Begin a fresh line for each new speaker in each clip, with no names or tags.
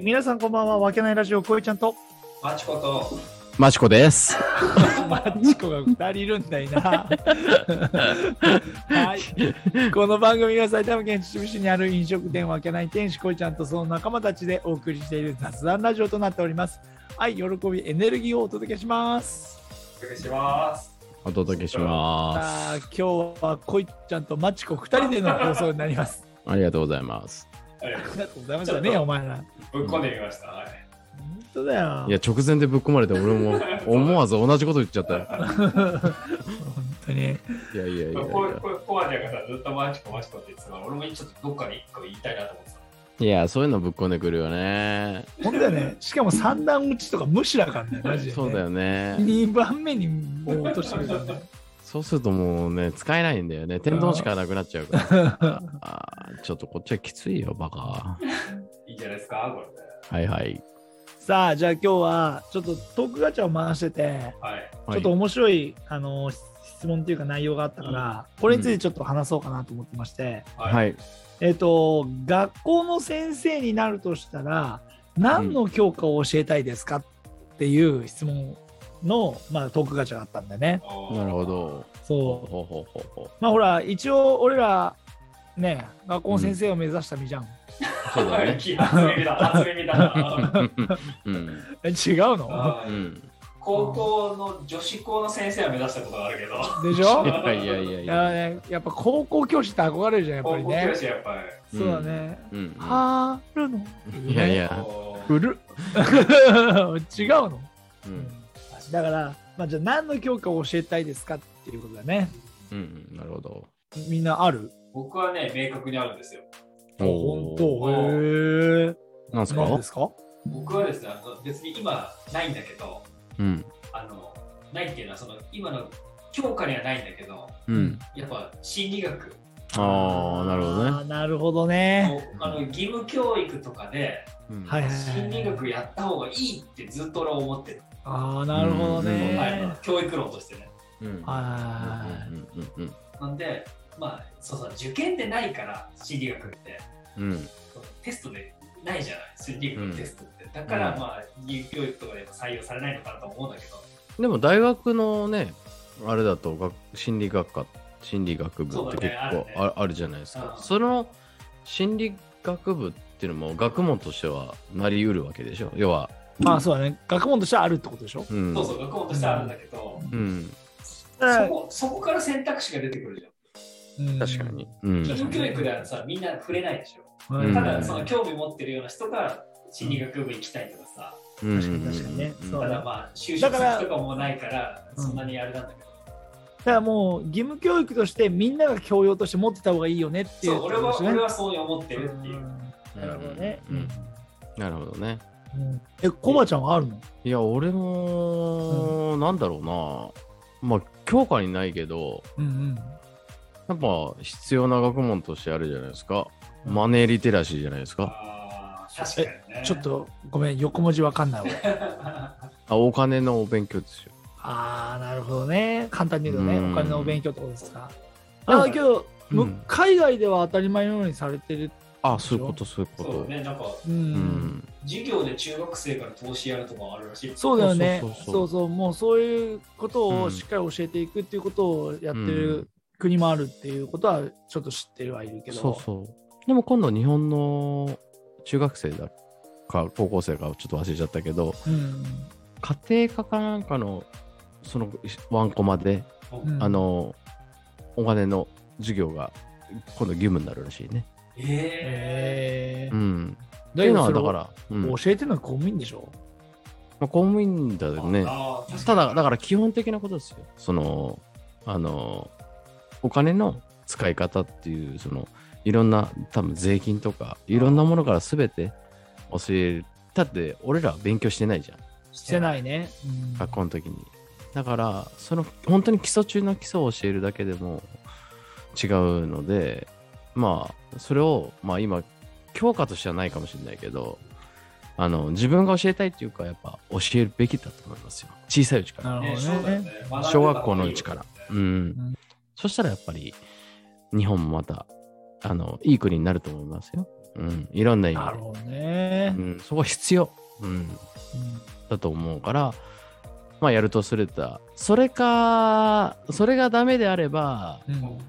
皆さんこんばんは。わけないラジオ、こえちゃんと。
マチコと、
マチコです。
マチコが2人いるんだ いな。はい。この番組は埼玉県秩父市にある飲食店わけない店主こいちゃんとその仲間たちでお送りしている雑談ラジオとなっております。愛、喜び、エネルギーをお届けします。
お願いします。
お届けし
さ
ま
あ
す。
今日はこいちゃんとマチコ2人での放送になり ます。
ありがとうございます。
あれ
ありがとうございましたね、お前ら。本
ぶっ込んでみました。はい
当だよ。
いや、直前でぶっ込まれて、俺も思わず同じこと言っちゃったよ。
本当に。
いやいやいやいや
こうこうコアちゃんがさ、ずっとマチコマチコって言ってたから、俺もちょっとどっかで一個言いたいなと思ってた。
いや、そういうのぶっ込んでくるよね。
本当だよね。しかも三段落ちとか無視だからね、マジで、ね。
そうだよね。
2番目にもう落としてくれたんだよ
そうするともうね、使えないんだよね。天丼しかなくなっちゃうから。 あーちょっとこっちはきついよ、バカ。
いいんじゃないですか、これで。
はいはい。
さあじゃあ今日はちょっとトークガチャを回してて
はい。
はい
ちょっと面白いあの質問というか内容があったから、これについてちょっと話そうかなと思ってまして、
は。い。
えっと学校の先生になるとしたら何の教科を教えたいですかっていう質問の、まあ、トークガチャがあったんだよね。
おー
なるほ。ど。
そう
ほうほうほうほう。
まあほら一応俺らね学校の先生を目指した身じゃん、
そうだね。
初耳 だ、初耳だな。
うん。
え違うの
あ
う
ー
ん。
高校の女子校の先生は目指したことがあるけど、
でし
い
ょ
やいやいやい
いや,、
や。
ね、やっぱ高校教師って憧れるじゃんやっぱ
高
り
校
ね
教師やっぱ
師
そうだね、
うん
はーるの
うん。いやい
り。
や。
お ー
古っ。
違うの、
うん。
だから、まあ、じゃあ何の教科を教えたいですかっていうことだね
うんうん、なるほど。
みんなある
僕はね、明確にあるんですよ。
本
お
当
お
へえ
ーなんす
何
か
ですか
僕はですね、あの別に今ないんだけど、
うん。
あの、ないっていうのは、その今の教科にはないんだけど、
うん。
やっぱ心理学
ああ、なるほどね。
あーなるほどね
あの義務教育とかで
うん
はいはい
心理
はい
学やった方がいいってずっと俺は思ってる、
ああなるほど
うん
はい
ね
教育論としてね
うん
は
うんうん
なんでまあそうそう受験でないから心理学って
うんうん。
テストでないじゃない心理学のテストって、だからまあ義務教育とかでも採用されないのかなと思うんだけど
でも大学のね、あれだと学心理学科、心理学部って
そうだ
結
ねある
構
ね
ああるじゃないですか。
うん
その心理学部っていうのも学問としてはなりうるわけでしょ。要は。
いまあそうだね学問としてはあるってことでしょ
うん
そうそう学問としてはあるんだけど、
うん。
そこそこから選択肢が出てくるじゃん
うん
確かに。うん。
義務教育ではさみんな触れないでしょ
うん
ただその興味持ってるような人が心理学部行きたいとかさ、
うん
確かに確かにね
うん
そう
ただまあ就職先とかもないからそんなにあれなんだけど、
だからもう義務教育としてみんなが教養として持ってた方がいいよねっていう
そう俺は俺はそう思ってるっていう、
なるほどね、
うんうんなるほどね。
うんえコバちゃんはあるの
いや、俺も、なんだろうな。まあ、教科にないけど、
うんうん
やっぱ必要な学問としてあるじゃないですか。マネーリテラシーじゃないですか。
あー確かにね
ちょっとごめん横文字わかんない俺
あお金のお勉強ですよ。
ああなるほどね簡単に言うとね
うん
お金のお勉強ってことですか
うん
あけど、む
うん
海外では当たり前のようにされてる
あ、そういうこと、そういうこ
そうだ
と。
ねなんか
うん、
うん。
授業で中学生から投資やるとかあるらしい
そうだよねそ
そ
うう
そ
そうう
そう
もうそういうこと
う
を
ん
しっかり教えていくっていうことをやって
う
る
ん
国もあるっていうことはちょっと知ってるはいるけど、
そうそう。でも今度、日本の中学生だか、高校生か、ちょっと忘れちゃったけど、
うん
家庭科かなんかの、そのワンコマで、
うん
あの、お金の授業が、今度義務になるらしいね。
え
え
う
ー
ん。って
だ
い
けど
うのは、
それ
だ
を
から、うんま
教えてるのは公務員でしょ
あ、公務員だ
え
よね。
あー確か
ただ、だから基本的なことですよ。その、あの、お金の使い方っていう、その、いろんな、多分税金とか、いろんなものから全て教える。だって、俺らは勉強してないじゃん。
に
して
い
ないね、うん
学校の時に。だから、その、本当に基礎中の基礎を教えるだけでも違うので、まあ、それを、まあ今、教科としてはないかもしれないけど、あの、自分が教えたいっていうか、やっぱ教えるべきだと思いますよ。小さいうちから。
な
ね
るほ
そう
ど
だよ
ね
ね学んでた方がいいよね
小学校のうちから。うん。
ん
そしたらやっぱり日本もまたあのいい国になると思いますよ。うん、いろんな意味
な
で
るほどね
う。ん、そこは必要、うん、だと思うから、まあ、やるとすれたそれかそれがダメであれば
うん
も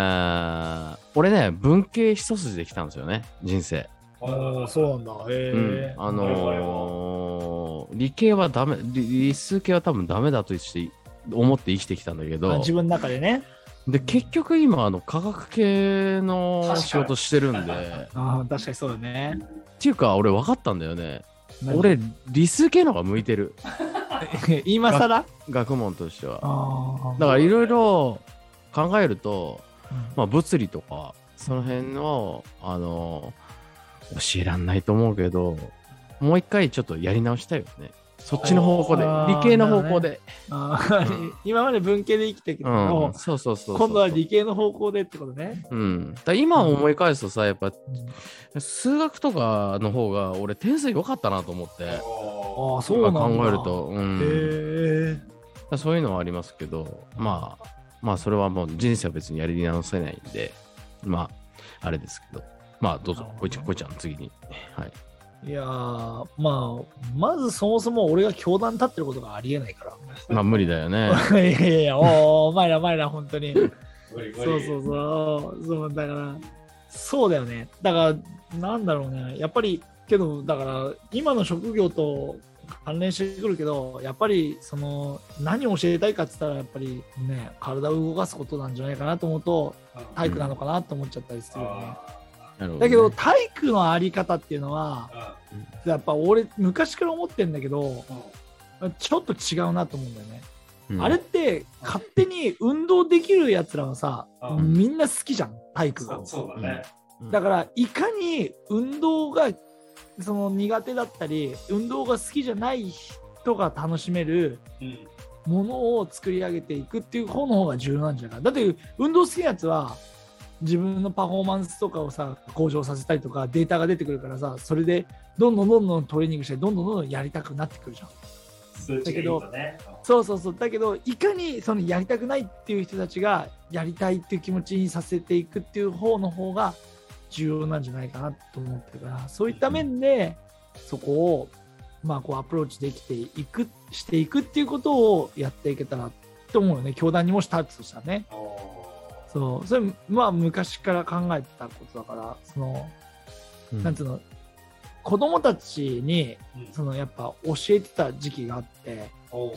あー俺ね文系一筋で来たんですよね人生、
う
ああ、そうなんだ。へ
うん
え、。
あ
我
のー理系はダメ理理数系は多分ダメだとして思って生きてきたんだけ
あ
ど
自分の中でね。
で結局今あの科学系の仕事してる ん
確かに
で
ああ、確かにそうだね。
っていうか俺分かったんだよね
何
俺、理数系の方が向いてる
今更
学問としては
あ
だ
あ。
からいろいろ考えると、
うん
まあ、物理とかその辺のあの教えらんないと思うけどもう一回ちょっとやり直したいよねそっちの方向で
あー
理系の方向で、
あー今まで文系で生きてきた
う
けど
ん、、そうそうそうそう
今度は理系の方向でってことね。
うん、だから今思い返すとさやっぱ数学とかの方が俺点数良かったなと思って
お
ああ、そうなんだ。
考える。と、うん
へえ。
だからそういうのはありますけどまあまあそれはもう人生は別にやり直せないんでまああれですけどまあどう
なる
ぞ
ほど
こいちゃんこいちゃん次にはい
いやーまあまずそもそも俺が教団立ってることがありえないか
まあ無理だ よね。
らいやいやいやおーお前らお前ら本当に
無理無
そう
理
そうそうそうだからそうだよねだからなんだろうねやっぱりけどだから今の職業と関連してくるけどやっぱりその何を教えたいかって言ったらやっぱりね体を動かすことなんじゃないかなと思うと
うん
体育なのかなと思っちゃったりするよね、
あ
なるほね
だけど体育のあり方っていうのは
ー
やっぱ俺昔から思ってんだけど
うんうん
ちょっと違うなと思うんだよね、
うん
あれって勝手に運動できるやつらはさ、
うん
みんな好きじゃん体育が
そそうだね
だからいかに運動がその苦手だったり運動が好きじゃない人が楽しめる
うん
ものを作り上げていくっていう方の方が重要なんじゃないかだって運動好きなやつは自分のパフォーマンスとかをさ向上させたりとかデータが出てくるからさそれでどんどんどんどんトレーニングしてどんどんどんどんやりたくなってくるじゃん
数値がいいとね
そうそうそうだけどいかにそのやりたくないっていう人たちがやりたいっていう気持ちにさせていくっていう方の方が重要なんじゃないかなと思ってるからそういった面でそこをまあこうアプローチできていくしていくっていうことをやっていけたらと思うよね教団にもし立つとしたらね
おお
そうそれまあ昔から考えてたことだからその
うん、
なんつうの子供たちに
ーうん
そのやっぱ教えてた時期があって
おー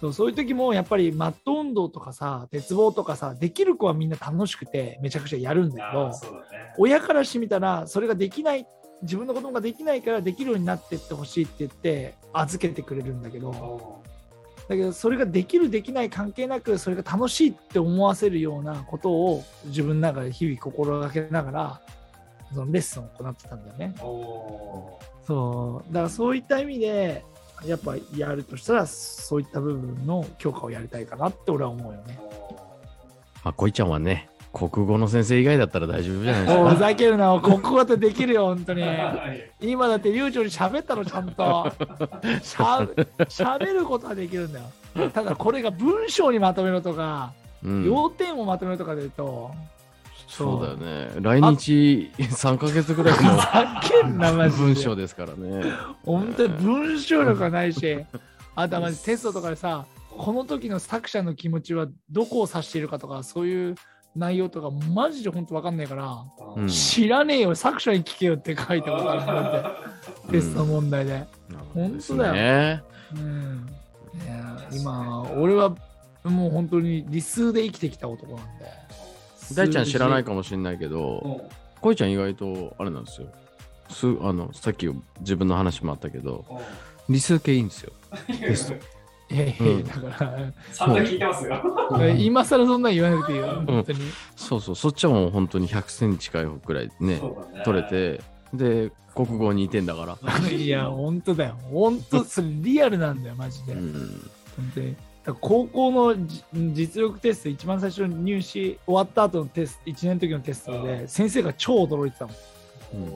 そうそういう時もやっぱりマット運動とかさ鉄棒とかさできる子はみんな楽しくてめちゃくちゃやるんだけ
あ
ど
ーそうだね
親からしてみたらそれができない自分の子供ができないからできるようになってってほしいって言って預けてくれるんだけど
お
だけどそれができるできない関係なくそれが楽しいって思わせるようなことを自分の中で日々心がけながらそのレッスンを行ってたんだよね。
ーおー
そうだからそういった意味でやっぱやるとしたらそういった部分の強化をやりたいかなって俺は思うよ ね。
お
まあこいちゃんはね国語の先生以外だったら大丈夫じゃないで す
おい
か
ふざけるな、ここだってできるよ、本当に。
ー
今だって流暢に喋ったの、ちゃんと。しゃ喋ることはできるんだよ。ただ、これが文章にまとめろとか、
うん
要点をまとめろとかで言うと、
そうだよね来日3ヶ月ぐらいの
ざけんな、マジで。
文章ですからね
本当に文章力がないし、あとはまずテストとかでさ、この時の作者の気持ちはどこを指しているかとか、そういう内容とか、マジで本当わかんないから、
うん
知らねえよ、作者に聞けよって書いたことあるなんて。テスト問題で。本当だよ
よ
うん。いや今、俺はもう本当に理数で生きてきた男なんで。
大ちゃん知らない
か。
かもしれないけ
う
ど
ん
こいちゃん意外とあれなんですよすあのさっき自分の話もあったけど理数系いいんですよス
いやいや
う
い
ん
や、だから、
散々聞いてますよ。
今更そんなん言わなくていいよ、本当に。
そうそうそっちはもう本当に100点近いくらいね
そうだね
取れ。てで国語2点だから
いや、本当だよ。本当、それリアルなんだよ、マジで。
う
本
ん
当に。だから高校のじ実力テスト、一番最初に入試終わった後のテスト、1年の時のテスト
う
で、先生が超驚いてたもん。
うん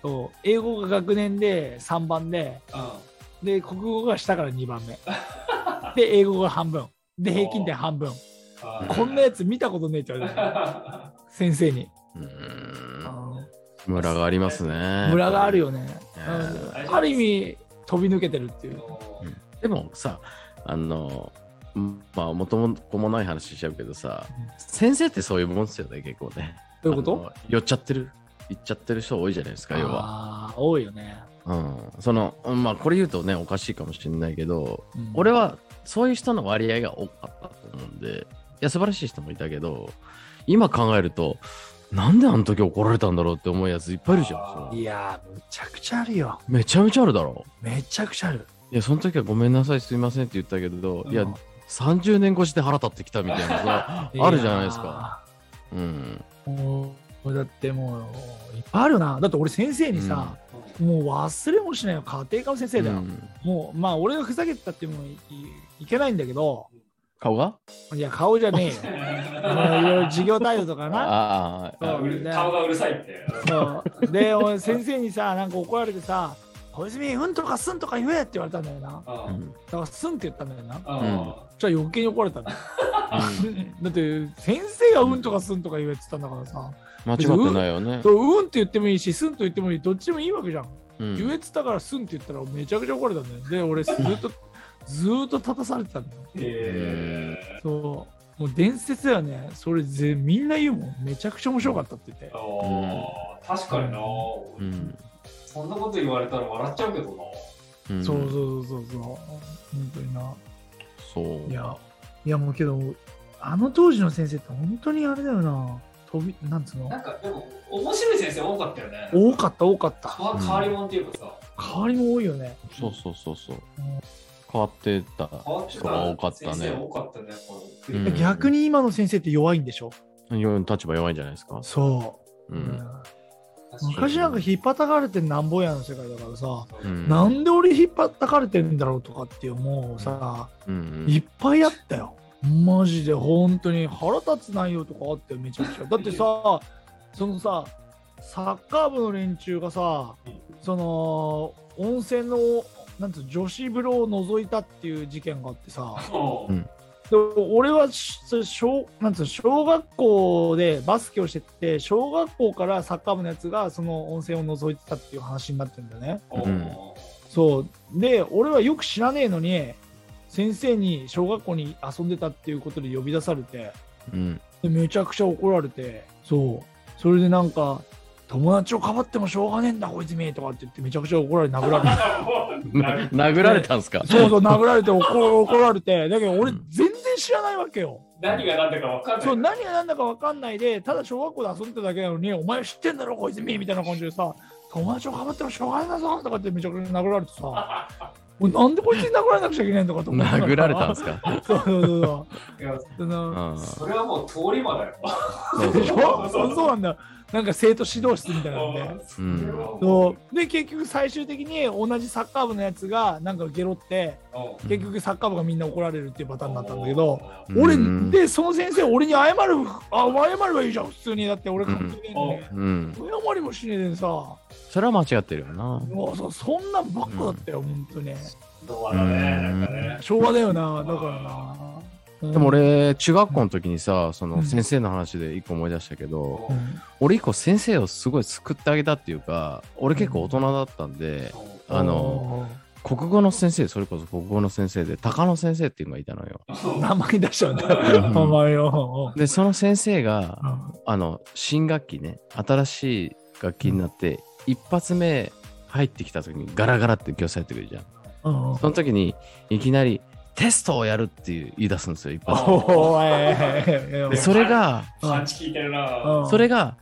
そう英語が学年で3番で、で、国語が下から2番 目。で、英語が半分。で、平均点半分。こんなやつ見たことねえって言われた。先生に。
うんムラがありますね。
ムラがあるよね、
ね
うんある意味飛び抜けてるっていう
でもさ、あの、まあ、元も子もない話しちゃうけどさ、先生ってそういうもんですよね、結構ね。
どういうこと
あの寄っちゃってる。行っちゃってる人多いじゃないですか、要は。
ああー多いよね、
うん。その、うんまあ、これ言うとね、おかしいかもしれないけど、
うん
俺はそういう人の割合が多かったと思うんで、いや、素晴らしい人もいたけど、今考えると、なんであの時怒られたんだろうって思うやついっぱいいるじゃん
あー
その
い。やーむちゃくちゃあるよ
めちゃめちゃあるだろ。
めちゃくちゃある
いや、その時はごめんなさい、すいませんって言ったけど、いや
うん、
30年越しで腹立ってきたみたいな さあるじゃないですか。うん。
いやーもうだってもういっぱいあるよなだって俺先生にさ、もう忘れもしないよ家庭科の先生だよ、
うん
もうまあ俺がふざけてたってもういいけないんだけど
顔が
いや顔じゃねえよ あのいろいろ授業態度とかな
ああ、
あうる顔がうるさいって。
そうで俺先生にさなんか怒られてさ「小泉うんとかすんとか言え」って言われたんだよなだか
あ
うん
ら「すん」って言ったんだよな
あ
じゃあ余計に怒られたんだよだって先生が「うん」とか「すん」とか言えって言ったんだからさ
間違ってないよね
そ。う「うん」って言ってもいいし「すん」と言ってもいいどっちでもいいわけじゃん、
うん
言えっつったから「すん」って言ったらめちゃくちゃ怒られたん だよで俺ずっとずーっと立たされてたんだよ
え
そうもう伝説だよねそれぜみんな言うもんめちゃくちゃ面白かったって言って
ー。あー確かにな、
うん
そんなこと言われたら笑っちゃうけどな。
うん
そうそうそうそう本当にな
そう
いや、いやもうけど、あの当時の先生って本当にあれだよな、飛び、なんつうの
なんかでも面白い先生多かったよね。
多かった、多かった。
変わ変わり者っていうかさ、
変わりも多いよね。
そうそうそうそう
うん。
変わってた
変わって
人が多か
た
った
先生
ね。
多かったね。こう
うん
逆に今の先生って弱いんでしょ
日本の立場弱いんじゃないですか。
そうう、
ん。
昔なんか引っ張たかれてなんぼやの世界だからさ、
うん
なんで俺引っ張たかれてんだろうとかっていうもうさ、
うん
いっぱいあったよマジで本当に腹立つ内容とかあったよめちゃくちゃだってさそのさサッカー部の連中がさその温泉のなんつう女子風呂を覗いたっていう事件があってさ
お
うん
で俺はし小なんつうの小学校でバスケをしてて小学校からサッカー部のやつがその温泉を覗いてたっていう話になってるんだよね
お
うん
そうで俺はよく知らねえのに先生に小学校に遊んでたっていうことで呼び出されて
うん。
でめちゃくちゃ怒られてそうそれでなんか友達をかばってもしょうがねえんだ小泉とかって言ってめちゃくちゃ怒られ殴られて
なる
殴られたんすか
そうそう殴られて怒怒られてだけど俺
うん
全然知らないわけよ、
何が何だか分かんない。
そう何が何だか分かんないでただ小学校で遊んでただけなのにお前知ってんだろ小泉みたいな感じでさ友達をかばってもしょうがないんだぞとかってめちゃくちゃ殴られてさ俺なんでこいつに殴られなくちゃいけないんだかと思って
殴られたんすか
そうそうそうそう
いや
その
うん
それはもう通り魔だよ。
そうそう
でしょそうそうなんだよなんか生徒指導室みたいなんで
うん
それはもう
そうで結局最終的に同じサッカー部のやつがなんかゲロって
おう
結局サッカー部がみんな怒られるっていうパターンだったんだけど、
うん
俺
うん
でその先生俺に謝るあ謝ればいいじゃん普通にだって俺関係ないね、
うん。
謝りもしねえでさ
それは間違ってるよな。
もうそそんなんばっかだったよ、本当に
ドアだね、なんかね。
昭和だよなだからな、うん
でも、俺、中学校の時にさ、そうの
ん
先生の話で一個思い出したけど、
お
う
うん
俺以降先生をすごい救ってあげたっていうか俺結構大人だったんで、あの国語の先生それこそ国語の先生で高野先生っていうのがいたのよ
お名前出しちゃうんだ
ん
名前を
でその先生が
うん
あの新学期ね新しい学期になって、一発目入ってきた時にガラガラって教室入ってくるじゃん
うんうん
その時にいきなりテストをやるっていう言い出すんですよ一発
おーい
でそれが
パンチ効いてるな。
うん
それが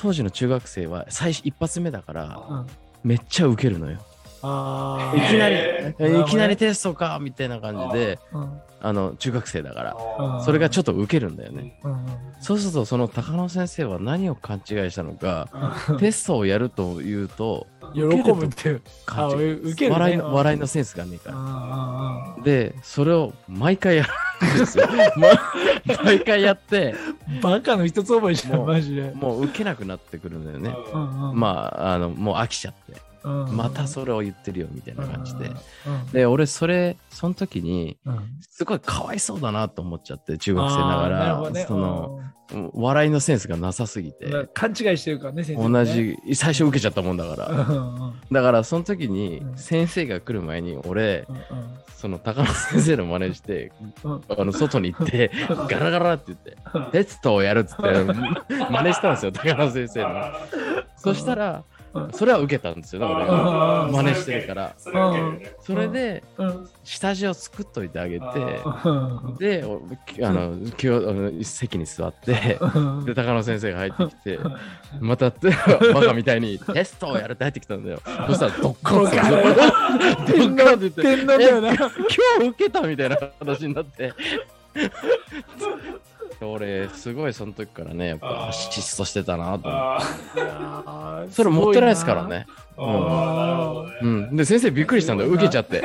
当時の中学生は最初一発目だから
うん
めっちゃウケるのよ
あ
いきなり
えいきなり
手
テストかみたいな感じで、あの中学生だから、
うん
それがちょっとウケるんだよね。
うん
そうすると、その高野先生は何を勘違いしたのか、テストをやるというと、
喜ぶっていう
勘違い
あウケるね
笑いの
うん
笑いのセンスがねえ
う
か
ん
ら。で、それを毎回や るんですよ。ま毎回やって、
うんうんバカの一つ覚えじゃ
も
ん
う
マジで
もうウケなくなってくるんだよね。
ま
まあ、あのもう飽きちゃって、またそれを言ってるよみたいな感じで。で、俺、それ、その時に、すごいかわいそうだなと思っちゃって、中学生ながら、その、もう笑いのセンスがなさすぎて、
まあ勘違いしてるからね、先生、ね。
同。じ最初受けちゃったもんだから、
うんうんうん
だからその時に
うん
先生が来る前に俺
うん
その高野先生の真似して
うん
あの外に行 ってガラガラって言って「レッツをやる」っつって真似したんですよ高野先生の。そしたら
うん
それは受けたんですよね俺が
うん
真似してるから。
それ受けるね
それで
うん
下地を作っといてあげて
あ
うん
でおきあのきをあの席に座って
うん
で高野先生が入ってきて
ん
またバカみたいにテストをやるって入ってきたんだよそしたらどっこん
わかる
どっこんって言って
天皇だよな。
今日受けたみたいな話になって俺すごいその時からねやっぱ
あー
アシストしてたなと思って
あ
それ持ってないですから。ね
ああなるほ
う
どね
んで先生びっくりしたんだよ受けちゃって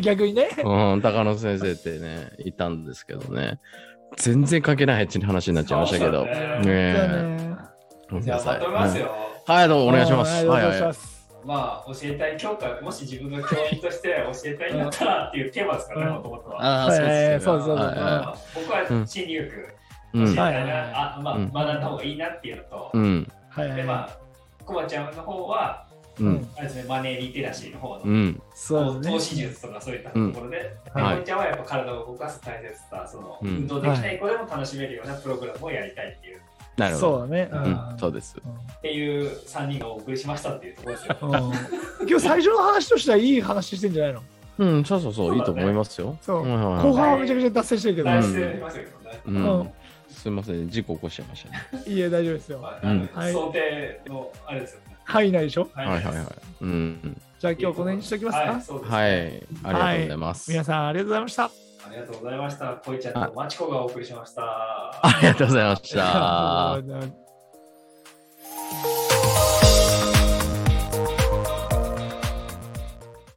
逆にね。
うん高野先生ってねいたんですけどね全然関係ないヘッチの話になっちゃいましたけ
そ
ど
うだね
ねえごめん
じゃ
な
あ
さ
ま
い
とめますよ。
はいどうもお願いしま
は
す
いお
はい
願い
はい
します。
まあ教えたい教科もし自分が教員として教えたいんだったらっていうテーマですからねもともとは。
ああそう
え
で
ー
す
そうそうそう
はいはいは
僕は新入学
い
教
う
えた
ん
いなあまあ
うん
学んだ方がいいなっていうのと
う、ん
はいはい
でまあコバちゃんの方は
う
うんん
あれですねマネーリテラシーの方
う
の。
ん
そうで
投
す
資
ね。
術とかそういったところで、で
はい
コバちゃんはやっぱ体を動かす大切さ、その
うん
運動できない子でも楽しめるようなプログラムをやりたいっていう、
なるほ
そう
ど
だね。
う
うん
んそうです
っていう3人がお送りしましたっていうところですよ。
うん今日最初の話としてはいい話してんじゃないの
うんそうそうそういいと
そうだね
思いますよ
そう
はいはいはい
後半はめちゃくちゃ脱線してるけど
来
ね、
週しますけどね。
う
うんん、
すみません、事故起こしちゃいましたね。
いいえ、大丈夫ですよ。
まああの
うん
はい
想定のあれですよね。
範囲内でしょ
は
はいはいはい。うん、
じゃあ今日この辺にしておきます
はい、
か。
そうですね
はい、ありがとうございます。
皆さんありがとうございました。
ありがとうございました。こいちゃんとまちこがお送りしました。
ありがとうございまし た。
ありがとうございました